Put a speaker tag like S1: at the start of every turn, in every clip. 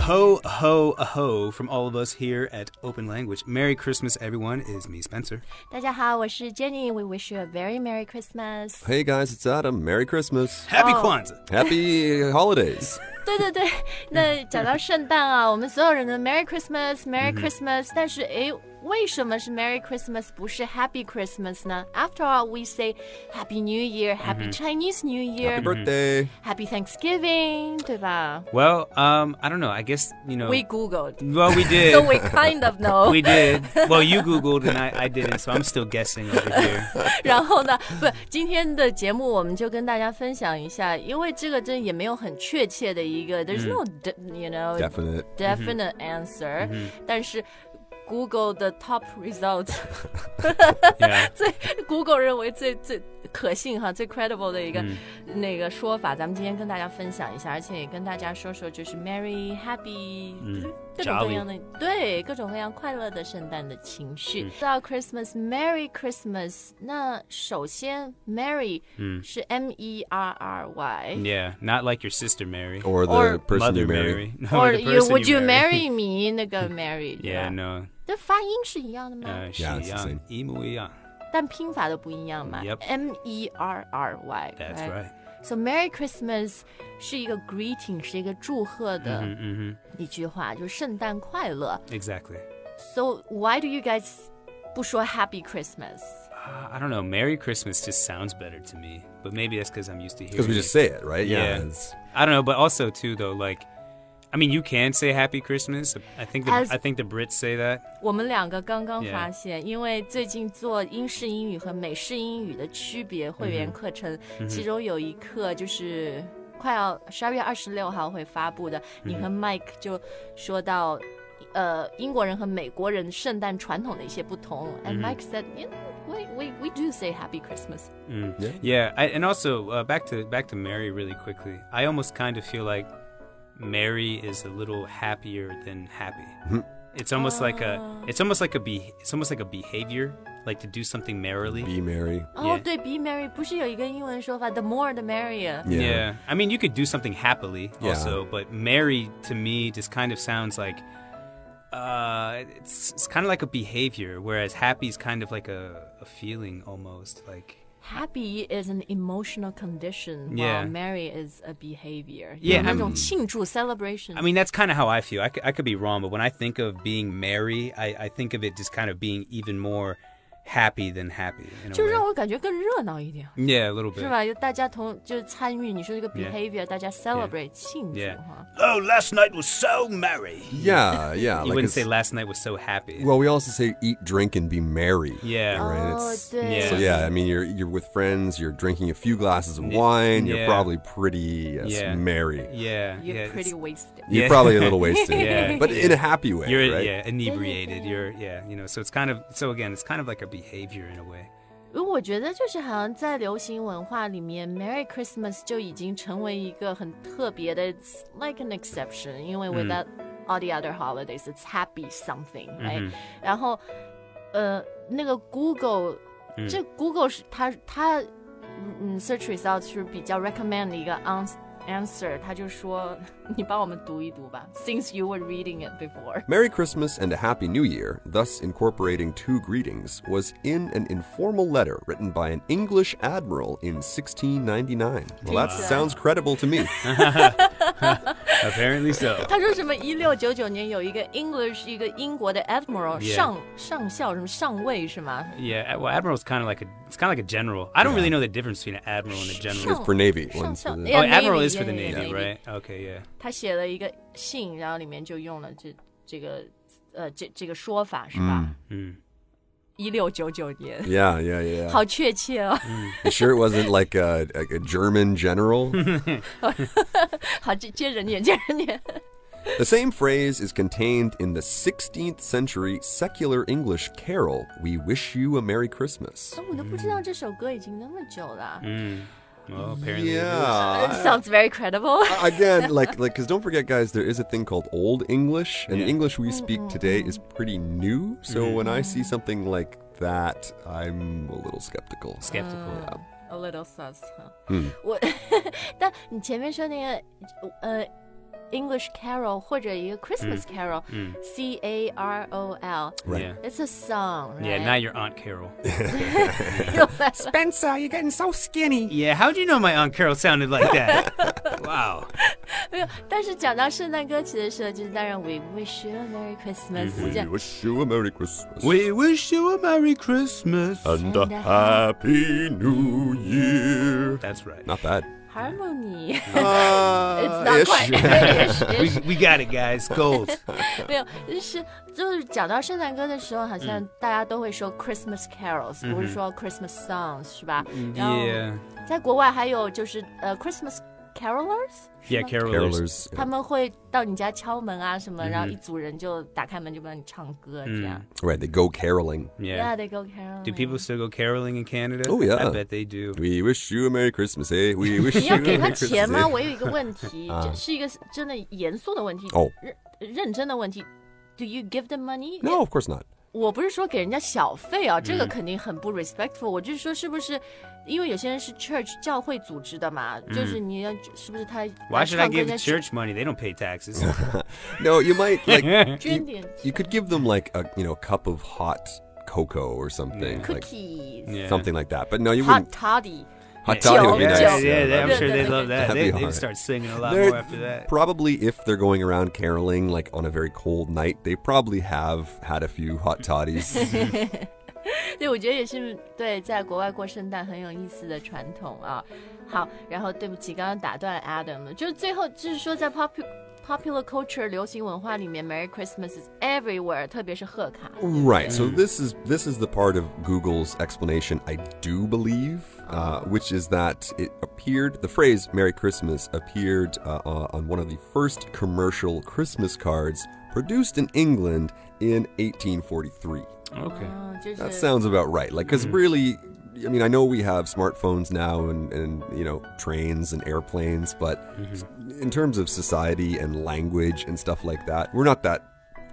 S1: ho, ho, a ho from all of us here at Open Language. Merry Christmas, everyone. Is me, Spencer.
S2: 大家好，我是 Jenny. We wish you a very merry Christmas.
S3: Hey guys, it's Adam. Merry Christmas.
S1: Happy
S2: Oh.
S1: Kwanzaa.
S3: Happy holidays.
S2: 对对对，那讲到圣诞啊，我们所有人的 Merry Christmas，Merry Christmas，、但是诶。为什么是 Merry Christmas 不是 Happy Christmas 呢？After all, we say Happy New Year, Happy Chinese New Year,
S1: Mm-hmm.
S3: Happy birthday.
S2: Happy Thanksgiving，对吧
S1: Well, um, I don't know. I guess you know.
S2: ？We googled,
S1: well, we did.
S2: so we kind of know.
S1: Oh. We did. Well, you googled and I, I didn't, so I'm still guessing over here.
S2: 然后呢，不，今天的节目我们就跟大家分享一下，因为这个真也没有很确切的一个，there's no de- you know
S3: Definite.
S1: 嗯
S2: definite answer，、但是 Google 的 top result，
S1: Yeah.
S2: 最 Google 认为最最可信哈、最 credible 的一个、
S1: 嗯
S2: 那个说法，咱们今天跟大家分享一下，而且也跟大家说说，就是 Merry Happy，、各种各
S1: 嗯 Jolly 嗯
S2: 样的对各种各样快乐的圣诞的情绪。到 Christmas，Merry Christmas。那首先 Merry
S1: 嗯
S2: 是 M E R R Y。
S1: Yeah. Not like your sister Mary
S3: Or the
S2: Or-
S3: person
S1: Mother
S3: you marry.
S1: Mary. No,
S2: Or
S1: the
S2: you
S1: person
S2: would you
S1: marry.
S2: marry me？那个 Mary，对
S1: Yeah.
S2: 吧？
S1: No.
S2: 这发音是一样的吗？
S1: Uh,
S3: Yeah, it's the same.
S1: 一模一样.
S2: 但拼法都不一样嘛。
S1: Yep.
S2: M E R R Y。
S1: That's
S2: right.
S1: right.
S2: So Merry Christmas 是一个 greeting，是一个祝贺的
S1: 嗯
S2: 一句话，就是圣诞快乐。
S1: Mm-hmm, Exactly.
S2: So why do you guys 不说 Happy Christmas？
S1: Uh, I don't know. Merry Christmas just sounds better to me, but maybe that's because I'm used to hearing.
S3: Because we
S1: it.
S3: just say it, right?
S1: Yeah.
S3: it's-
S1: I don't know, but also too though, like, I mean, you can say Happy Christmas. I think the,
S2: As-
S1: I think the Brits say that.
S2: 我们两个刚刚
S1: Yeah.
S2: 发现因为最近做英式英语和美式英语的区别会
S1: 嗯
S2: 员课程其中有一课就是快要十二月二十六号会发布
S1: 嗯
S2: 的，你和 Mike 就说到。呃，英国人和美国人圣诞传统的一些不同。
S1: 嗯
S2: And Mike said, you know, we we we do say Happy Christmas.
S1: Mm.
S3: Yeah.
S1: Yeah, I, and also uh, back to back to Mary really quickly. I almost kind of feel like Mary is a little happier than happy. it's almost like a it's almost like a be it's almost like a behavior, like to do something merrily.
S3: Be merry.
S2: 哦
S1: Yeah.，
S2: 对，Be merry 不是有一个英文说法，the more the merrier。
S1: yeah.
S3: Yeah.
S1: I mean, you could do something happily
S3: Yeah.
S1: also, but Mary to me just kind of sounds like uh, it's, it's kind of like a behavior, whereas happy is kind of like a, a feeling almost. Like,
S2: Happy is an emotional condition,
S1: Yeah.
S2: while merry is a behavior.
S1: Yeah,
S2: 有那
S1: I'm-
S2: 种庆祝 celebration。
S1: I mean, that's kind of how I feel. I c- I could be wrong, but when I think of being merry, I, I think of it just kind of being even more happy than happy. In
S2: 就
S1: a
S2: 让
S1: way.
S2: 我感觉更热闹一点，
S1: Yeah, a little bit.
S2: 是吧？就大家同就是参与，你说这个
S1: Yeah.
S2: behavior，、大家 celebrate 庆祝
S1: Yeah.
S2: 哈。
S1: Oh, last night was so merry.
S3: Yeah, yeah.
S1: You wouldn't
S3: it's-
S1: say last night was so happy.
S3: Well, we also say eat, drink, and be merry.
S1: yeah.
S3: Right?
S2: Oh,
S3: It's-
S2: yeah.
S3: So yeah, I mean, you're you're with friends, you're drinking a few glasses of wine,
S1: Yeah.
S3: you're probably pretty yes,
S1: Yeah.
S3: merry.
S1: Yeah.
S2: You're
S1: yeah, it's-
S2: pretty wasted.
S3: You're
S1: Yeah.
S3: probably a little wasted,
S1: Yeah.
S3: but in a happy way,
S1: You're
S3: right?
S1: yeah, inebriated.
S2: Yeah.
S1: You're yeah, you know. So it's kind of so again, it's kind of like a behavior in a way.
S2: 因为我觉得就是好像在流行文化里面，Merry Christmas 就已经成为一个很特别的，it's，like an exception，因为 without、all the other holidays it's happy something，right？、然后，呃，那个 Google，、这 Google 是它它嗯 search result 是比较 recommend 的一个 ans answer，他就说 你帮我们读一读吧，since you were reading it before。
S3: Merry Christmas and a Happy New Year, thus incorporating two greetings, was in an informal letter written by an English admiral in 1699. Well, that
S2: Pizza.
S3: sounds credible to me.
S1: Apparently so.
S2: 他说什么？一六九九年有一个 English，一个英国的 admiral
S1: Yeah.
S2: 上上校，什么上尉是吗？
S1: Yeah. Well, admiral's kind of like a it's kind of like a general. I don't really know the difference between an admiral and a general.
S2: 上
S3: For Navy
S2: 上
S3: ones.
S2: 校
S3: for the-
S2: Yeah,
S1: oh, admiral
S2: Navy,
S1: is for the
S2: yeah, yeah,
S1: navy,
S2: yeah,
S1: right? Okay. Yeah.
S2: 他写了一个信，然后里面就用了这这个呃这这个说法是吧？
S1: 嗯，
S2: 一六九九年，
S3: Yeah, yeah, yeah.
S2: 好确切哦，
S3: You sure it wasn't like a, like a German general?
S2: 好接接着念，接着念。
S3: The same phrase is contained in the 16th century secular English carol, We Wish You a Merry Christmas.
S2: 哦 我都不知道这首歌已经那么久了。
S1: 嗯 Well, apparently. it is.
S3: Yeah.
S2: Sounds very credible.
S3: Again, like, like, because don't forget, guys, there is a thing called Old English, and the English we speak today is pretty new.
S1: Mm-hmm.
S3: So when I see something like that, I'm a little skeptical.
S1: Skeptical. Hmm.
S2: A little sus，哈、我，但你前面说那个，呃 English carol 或者一个 Christmas carol，C A R O L。
S1: Yeah.
S3: Right.
S2: It's a song,
S1: Yeah,
S2: right?
S1: not your Aunt Carol.
S2: You'll never-
S4: Spencer, you're getting so skinny.
S1: yeah, how'd you know my Aunt Carol sounded like that? wow.
S2: 没有，但是讲到圣诞歌曲的时候，就是当然 We wish you a Merry Christmas，、这
S3: We
S2: 样
S3: wish you a Merry Christmas
S1: We wish you a Merry Christmas.
S3: and a Happy New Year.
S1: That's right.
S3: Not bad.
S2: Harmony。It's
S3: Uh,
S2: not
S3: ish.
S2: quite. Ish,
S1: Uh, We,
S2: ish.
S1: we got it, guys. Gold.
S2: 没有，就是就是讲到圣诞歌的时候，好像大家都会说 Christmas carols，、不是说 Christmas songs，是吧？然后
S1: yeah.
S2: 在国外还有就是呃 Christmas carolers，
S1: Yeah,
S2: 是吗
S1: Carolers.
S3: Carolers.
S2: 他们会到你家敲门啊什么，
S1: 嗯
S2: 然后一组人就打开门就帮你唱歌、这样。
S3: Right, they go caroling.
S1: Yeah.
S2: Oh, Yeah, they go caroling.
S1: Do people still go caroling in Canada?
S3: Oh, yeah.
S1: I bet they do.
S3: We wish you a Merry Christmas, eh? We wish
S2: 你
S3: you
S2: 要
S3: a
S2: 给
S3: Merry
S2: 他
S3: Christmas.
S2: 钱吗？
S3: eh?
S2: 我有一个问 题，
S1: 啊
S2: 这是一个真的严肃的问题，
S3: 哦
S2: 认认真的问题。Do you give them money？
S3: No, of course not.
S2: 我不是说给人家小费
S1: 嗯
S2: 啊，这个肯定很不 respectful。我就是说，是不是因为有些人是 church 教会组织的嘛？就是你要是不是他
S1: 嗯 Why should I
S2: 唱歌
S1: give
S2: 人家
S1: church money? They don't pay taxes.
S3: No, you might like
S2: 捐点钱
S3: you could give them like a you know a cup of hot cocoa or something like
S2: cookies、
S1: Yeah.
S3: something like that. But no, you
S2: hot
S3: wouldn't.
S2: toddy。
S3: Hot
S2: Yeah,
S3: toddy would be
S2: yeah,
S3: nice.
S1: yeah,
S2: yeah,
S1: yeah,
S3: that'd
S1: I'm
S3: be-
S1: sure they love that.
S3: That'd
S1: They,
S3: be
S1: they
S3: hard.
S1: start singing a lot
S3: They're-
S1: more after that.
S3: Probably if they're going around caroling like on a very cold night, they probably have had a few hot toddies.
S2: 对，我觉得也是对，在国外过圣诞很有意思的传统啊。好，然后对不起，刚刚打断 Adam 了，就是最后就是说在 pop popular culture 流行文化里面，Merry Christmas is everywhere，特别是贺卡。
S3: right. So this is this is the part of Google's explanation I do believe, uh, which is that it appeared the phrase "Merry Christmas" appeared uh, uh, on one of the first commercial Christmas cards produced in England in 1843.
S1: Okay.
S2: 嗯，就是
S3: That sounds about right. Like,
S1: Hmm.
S3: because really, I mean, I know we have smartphones now and, and you know, trains and airplanes, but
S1: Mm-hmm.
S3: in terms of society and language and stuff like that, we're not that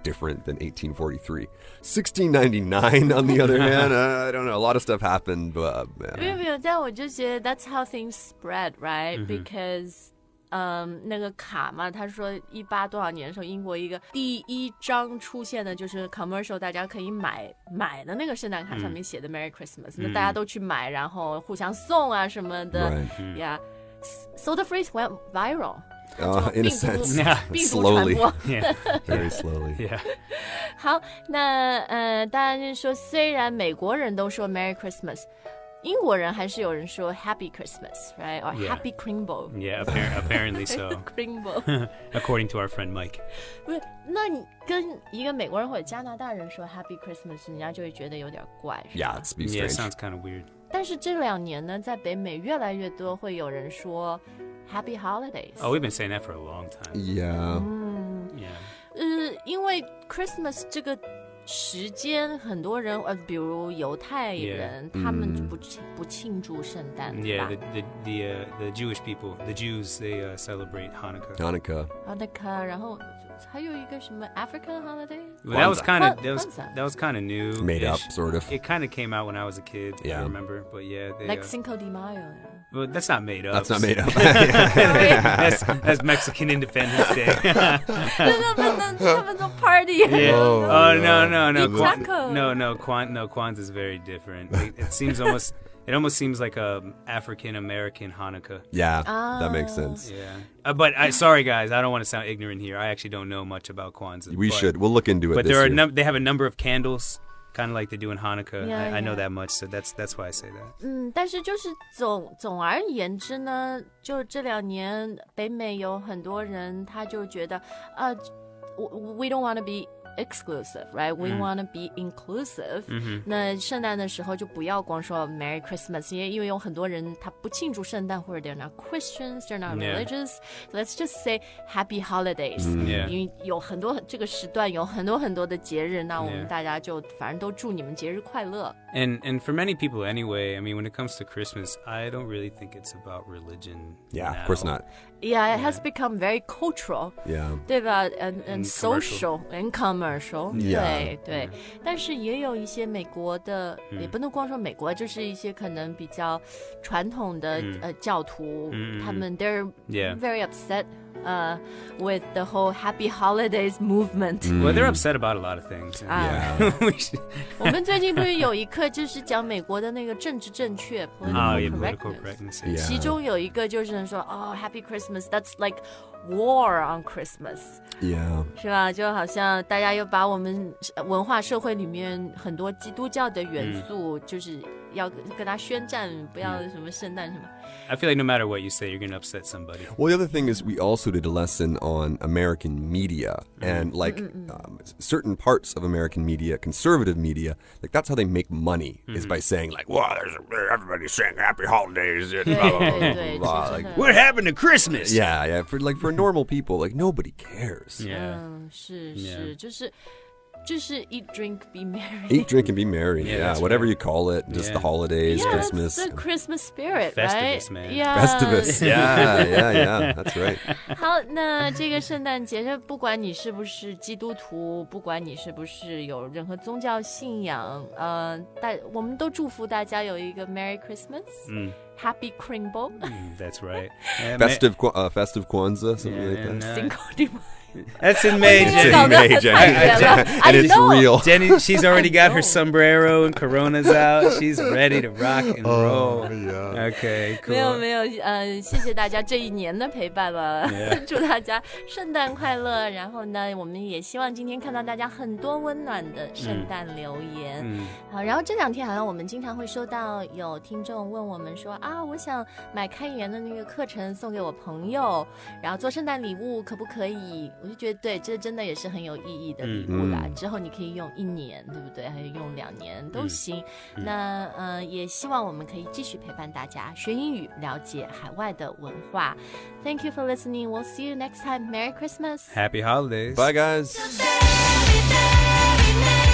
S3: different than 1843. 1699, on the other hand, uh, I don't know, a lot of stuff happened, but. uh,
S2: 没有没有，但我就觉得 that's how things spread, right? Because 嗯，那个卡嘛，他说一八多少年的时候，英国一个第一张出现的就是 commercial，大家可以买买的那个圣诞卡上面写的 Merry Christmas，、那大家都去买，然后互相送啊什么的
S3: Right.
S2: yeah. So the phrase went viral.
S3: Uh, in
S2: 病毒
S3: a sense,
S1: Yeah.
S2: 病毒传
S3: slowly,
S2: 播。
S1: Yeah.
S3: very slowly.
S1: Yeah.
S2: 好，那呃，当然就是说，虽然美国人都说 Merry Christmas，英国人还是有人说 Happy Christmas，right
S1: Yeah.
S2: or
S1: 嗯
S2: Happy Crimbo。
S1: Yeah, appar- apparently so.
S2: Crimbo，
S1: According to our friend Mike.
S2: 不是？那你跟一个美国人或者加拿大人说 Happy Christmas，人家就会觉得有点怪，是吧
S3: Yeah, it's be
S1: Yeah, it
S3: strange.
S1: sounds kind of weird.
S2: 但是这两年呢，在北美越来越多会有人说 Happy Holidays。
S1: Oh, we've been saying that for a long time.
S3: Yeah.
S1: Yeah.
S2: 呃，因为 Christmas 这个时间，很多人呃，比如犹太人他们就
S1: 嗯
S2: 不庆不庆祝圣诞，对
S1: Yeah,
S2: 吧
S1: the the the, uh, the Jewish people, the Jews, they uh, celebrate Hanukkah.
S3: Hanukkah.
S2: h a k a 然后还有一个什么 African holiday，
S1: Well, that was
S3: Kwanzaa.
S1: kind of that was
S2: Kwanzaa.
S1: that was kind of new.
S3: Made up, sort of.
S1: It kind of came out when I was a kid. I
S3: Yeah.
S1: remember, but yeah, they,
S2: like
S1: uh,
S2: Cinco de Mayo。
S1: well, that's not made up.
S3: That's not made up.
S1: that's, that's Mexican Independence Day.
S2: 他们都他们都 party，
S1: yeah.
S3: Oh,
S1: Oh, no no no
S2: Big
S1: Kwan-
S2: taco.
S1: no no Kwan no Kwanzaa is very different. It, it seems almost it almost seems like a African American Hanukkah.
S3: Yeah, that makes sense.
S1: Yeah, uh, but I sorry guys, I don't want to sound ignorant here. I actually don't know much about Kwanzaa.
S3: We
S1: but-
S3: should. We'll look into it.
S1: But
S3: this
S1: there are
S3: year.
S1: num- they have a number of candles, kind of like they do in Hanukkah.
S2: Yeah,
S1: I, I know
S2: yeah.
S1: that much, so that's that's why I say that.
S2: 嗯，但是就是总总而言之呢，就这两年北美有很多人他就觉得，呃，we we don't want to be exclusive, right?
S1: 嗯
S2: We want to be inclusive、那圣诞的时候就不要光说 Merry Christmas，因为因为有很多人他不庆祝圣诞，或者 they're not Christians, they're not
S1: Yeah. Mm,
S2: religious.、Let's just say Happy Holidays，、
S1: Yeah.
S2: 因为有很多这个时段有很多很多的节日，那我们
S1: Yeah.
S2: 大家就反正都祝你们节日快乐。
S1: And and for many people anyway, I mean, when it comes to Christmas, I don't really think it's about religion.
S3: Yeah,
S1: now.
S3: of course not.
S2: Yeah, it has become very cultural.
S3: Yeah.
S2: 对吧？and and
S1: And commercial.
S2: social
S1: Mm-hmm.
S2: and commercial，
S3: Yeah.
S2: 对对，但是也有一些美国的，
S1: Mm.
S2: 也不能光说美国，就是一些可能比较传统的呃教徒，他们 they're
S1: Mm. Mm-hmm. Yeah.
S2: very upset uh, with the whole Happy Holidays movement.
S1: Well, they're upset about a lot of things. and
S3: Hmm. Yeah. Hmm.
S1: we should-
S2: 我们最近不是有一课，就是讲美国的那个政治正确
S1: oh,
S2: （political
S1: yeah, political
S2: correctness）。
S1: correctness.
S3: Yeah.
S2: 其中有一个就是说，哦，Happy Christmas，that's like war on Christmas，
S3: Yeah.
S2: 是吧？就好像大家又把我们文化社会里面很多基督教的元素，就是要跟他宣战，不要什么圣诞什么。
S1: I feel like no matter what you say, you're gonna upset somebody.
S3: Well, the other thing is we also did a lesson on American media
S1: Mm-hmm.
S3: and like um, s- certain parts of American media, conservative media, like that's how they make money is
S1: Mm-hmm.
S3: by saying like, "Wow, there's a, everybody's saying happy holidays." And blah,
S2: 对对
S3: blah, blah, blah,
S2: 对，
S3: blah."
S2: 是
S3: Like,
S2: 真的，
S1: What happened to Christmas?
S3: yeah, yeah, for like for normal people, like nobody cares.
S1: Yeah.
S2: 嗯，是是，就是就是 eat drink be merry。
S3: Eat, drink, and be merry.
S1: Yeah,
S3: Yeah,
S1: that's
S3: whatever
S1: right.
S3: you call it, just
S1: Yeah.
S3: the holidays,
S2: Yeah, that's
S3: Christmas,
S2: the Christmas spirit,
S1: Festivus,
S2: right?
S1: man.
S2: Yeah.
S3: Festivus. Yeah, yeah, yeah. That's right.
S2: 好，那这个圣诞节，这不管你是不是基督徒，不管你是不是有任何宗教信仰，呃，大我们都祝福大家有一个 Merry Christmas，嗯，Happy c r i m b l e
S1: Mm, That's right. Yeah, Ma-
S3: Festive, Kwa- uh, festive Kwanzaa, something
S1: Yeah,
S3: like that.
S1: and, uh,
S2: Cinco de Mayo。
S1: that's in May,
S3: It's in
S1: Jenny.
S3: May, Jenny.
S1: I- I-
S3: and it's
S2: know.
S3: real.
S1: Jenny, she's already got her
S2: know.
S1: sombrero and coronas out. She's ready to rock and
S3: Oh,
S1: roll. Okay,
S2: 没有
S1: cool.
S2: 没有，呃，谢谢大家这一年的陪伴了
S1: Yeah.
S2: 祝大家圣诞快乐。然后呢，我们也希望今天看到大家很多温暖的圣诞留言。
S1: 嗯
S2: 好，然后这两天好像我们经常会收到有听众问我们说啊，我想买开源的那个课程送给我朋友，然后做圣诞礼物可不可以？我就觉得对，这真的也是很有意义的礼物啦。之后你可以用一年，对不对？还有用两年都行。那呃，也希望我们可以继续陪伴大家学英语，了解海外的文化。Thank you for listening. We'll see you next time. Merry Christmas.
S1: Happy holidays.
S3: Bye, guys.
S5: Merry, merry, merry